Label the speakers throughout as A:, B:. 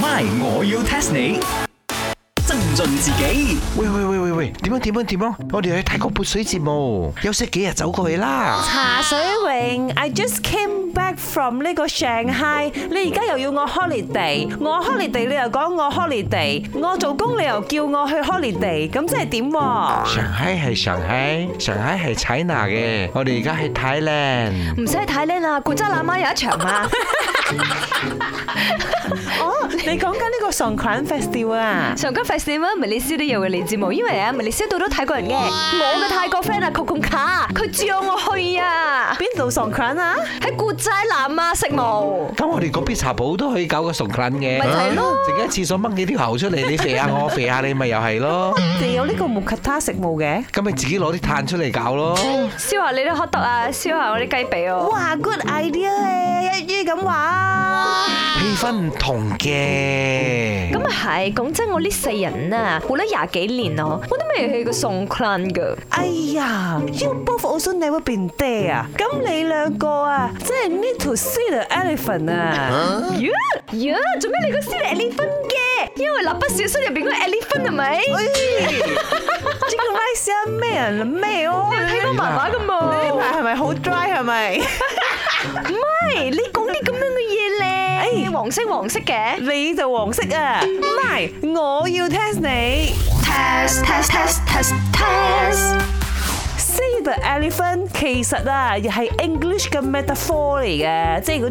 A: My，我要 test 你。增進自己
B: 喂喂喂喂喂，點樣點樣點樣？我哋去泰國潑水節目，休息幾日走過去啦。
C: 茶水榮，I just came back from 呢個 Shanghai，你而家又要我 holiday，我 holiday 你又講我 holiday，我做工你又叫我去 holiday，咁即係點喎？
B: 上海係上海，上海係踩拿嘅，我哋而家去 Thailand。
D: 唔使睇靚啦，古仔喇媽有一場嘛。
C: 哦，你講緊呢個 Songkran Festival 啊？
D: 上間費事啦，咪你斯都有嘅嚟節目，因為啊，咪你斯度都睇過人嘅。我嘅泰國 friend 啊，窮窮卡，佢叫我去啊，
C: 邊度 Songkran 啊？
D: 喺古仔喇媽食毛。
B: 咁我哋嗰邊茶鋪都可以搞個熟撚嘅，
D: 咪就係咯
B: 陣間廁所掹幾條喉出嚟，你肥下 我，肥下你咪又係咯。
C: 你有呢個木吉他食務嘅？
B: 咁咪自己攞啲炭出嚟搞咯。
D: 燒下你啲 hot dog 啊，燒下我啲雞髀啊。
C: 哇，good idea 咧，一於咁話。
B: 氣氛唔同嘅。
D: 咁啊係，講真，我呢世人啊，活咗廿幾年咯，我都未去過宋 clan 噶。
C: 哎呀，You both also never been there 啊！咁你兩個啊，真係 need to see the elephant 啊！
D: 呀呀，做咩你個 c 係 elephant 嘅？因為蠟筆小新入邊嗰個 elephant 係咪？
C: 哎，呢個 rice 啊咩人咩哦？
D: 你睇過漫畫噶
C: 呢
D: 嘛？
C: 排係咪好 dry 係咪？
D: 唔係，你講啲咁樣嘅嘢咧，你黃色黃色嘅。
C: 你就黃色啊！唔係，我要 test 你。
D: test test test test test。
C: See the elephant 其實啊，又係 English 嘅 metaphor à. 嚟嘅，即係嗰啲俚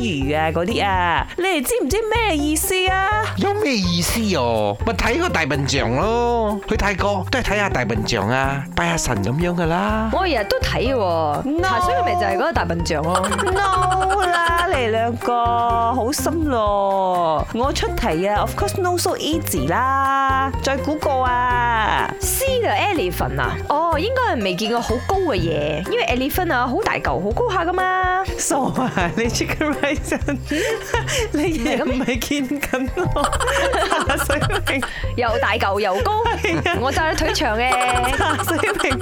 C: 語啊嗰啲啊，你哋知唔知咩意思啊？
B: 有咩意思哦？咪睇個大笨象咯，去泰國都係睇下大笨象啊，拜下神咁樣噶啦。
D: 我日日都睇喎，
C: No
D: 茶水咪就係嗰個大笨象咯。
C: no 啦，你兩個好深咯。我出題啊，of à, course no so easy 啦。再估過啊，
D: C 嘅 elephant à? 啊，哦，應該係未見過好高嘅嘢，因為 elephant 啊好大嚿，好高下噶嘛。
C: 傻啊！你 chicken rice，你嘢
D: 係咁
C: 唔係見緊我，茶水明，
D: 又大嚿 又高，我就係腿長嘅。
C: 茶水明，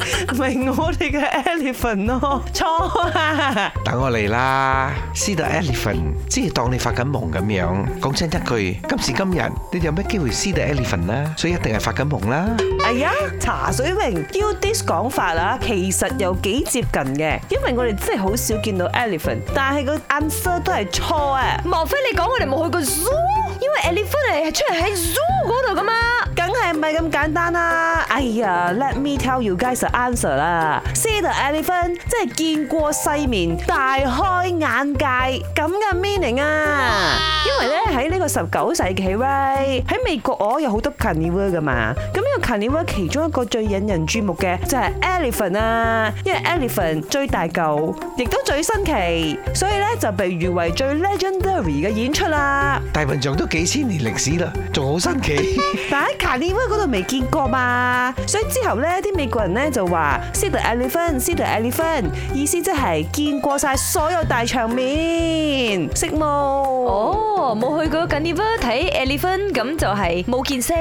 C: 咪我哋嘅 elephant 咯，錯啊！
B: 等我嚟啦，See the elephant，即係當你發緊夢咁樣。講真一句，今時今日你哋有咩機會 See the elephant 啊？所以一定係發緊夢啦。
C: 哎呀，茶水榮 U this 講法啊，其實又幾接近嘅，因為我哋真係好少見到 elephant，但係個 answer 都係錯啊，
D: 莫非你講我哋冇去過 zoo？因為 elephant 係出嚟喺 zoo 嗰度噶嘛。
C: 梗係唔係咁簡單啦。哎呀，let me tell you guys the answer 啦，see the elephant 即係見過世面，大開眼界咁嘅 meaning 啊。因為咧喺呢個十九世紀 right 喺美國我有好多 carnival 噶嘛，咁呢個 carnival 其中一個最引人注目嘅就係 elephant 啊，因為 elephant 最大嚿，亦都最新奇，所以咧就被譽為最 legendary 嘅演出啦。
B: 大笨象都幾千年歷史啦，仲好新奇。
C: 但喺 carnival 嗰度未見過嘛，所以之後咧啲美國人咧就話 see the elephant，see the elephant，意思即係見過晒所有大場面，識冇？
D: 哦，冇去過 carnival 睇 elephant，咁就係冇見識。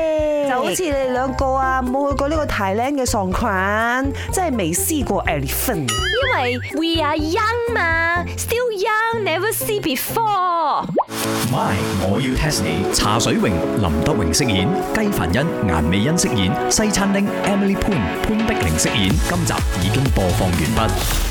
C: 就好似你哋兩個啊，冇去過呢個 Thailand 嘅喪菌，真係未試過 elephant。
D: 因為 we are young 嘛，still young，never see before。
A: ，My，我要 test 你。茶水榮、林德榮飾演，雞凡欣、顏美欣飾演，西餐廳 Emily Poon 潘碧玲飾演。今集已經播放完畢。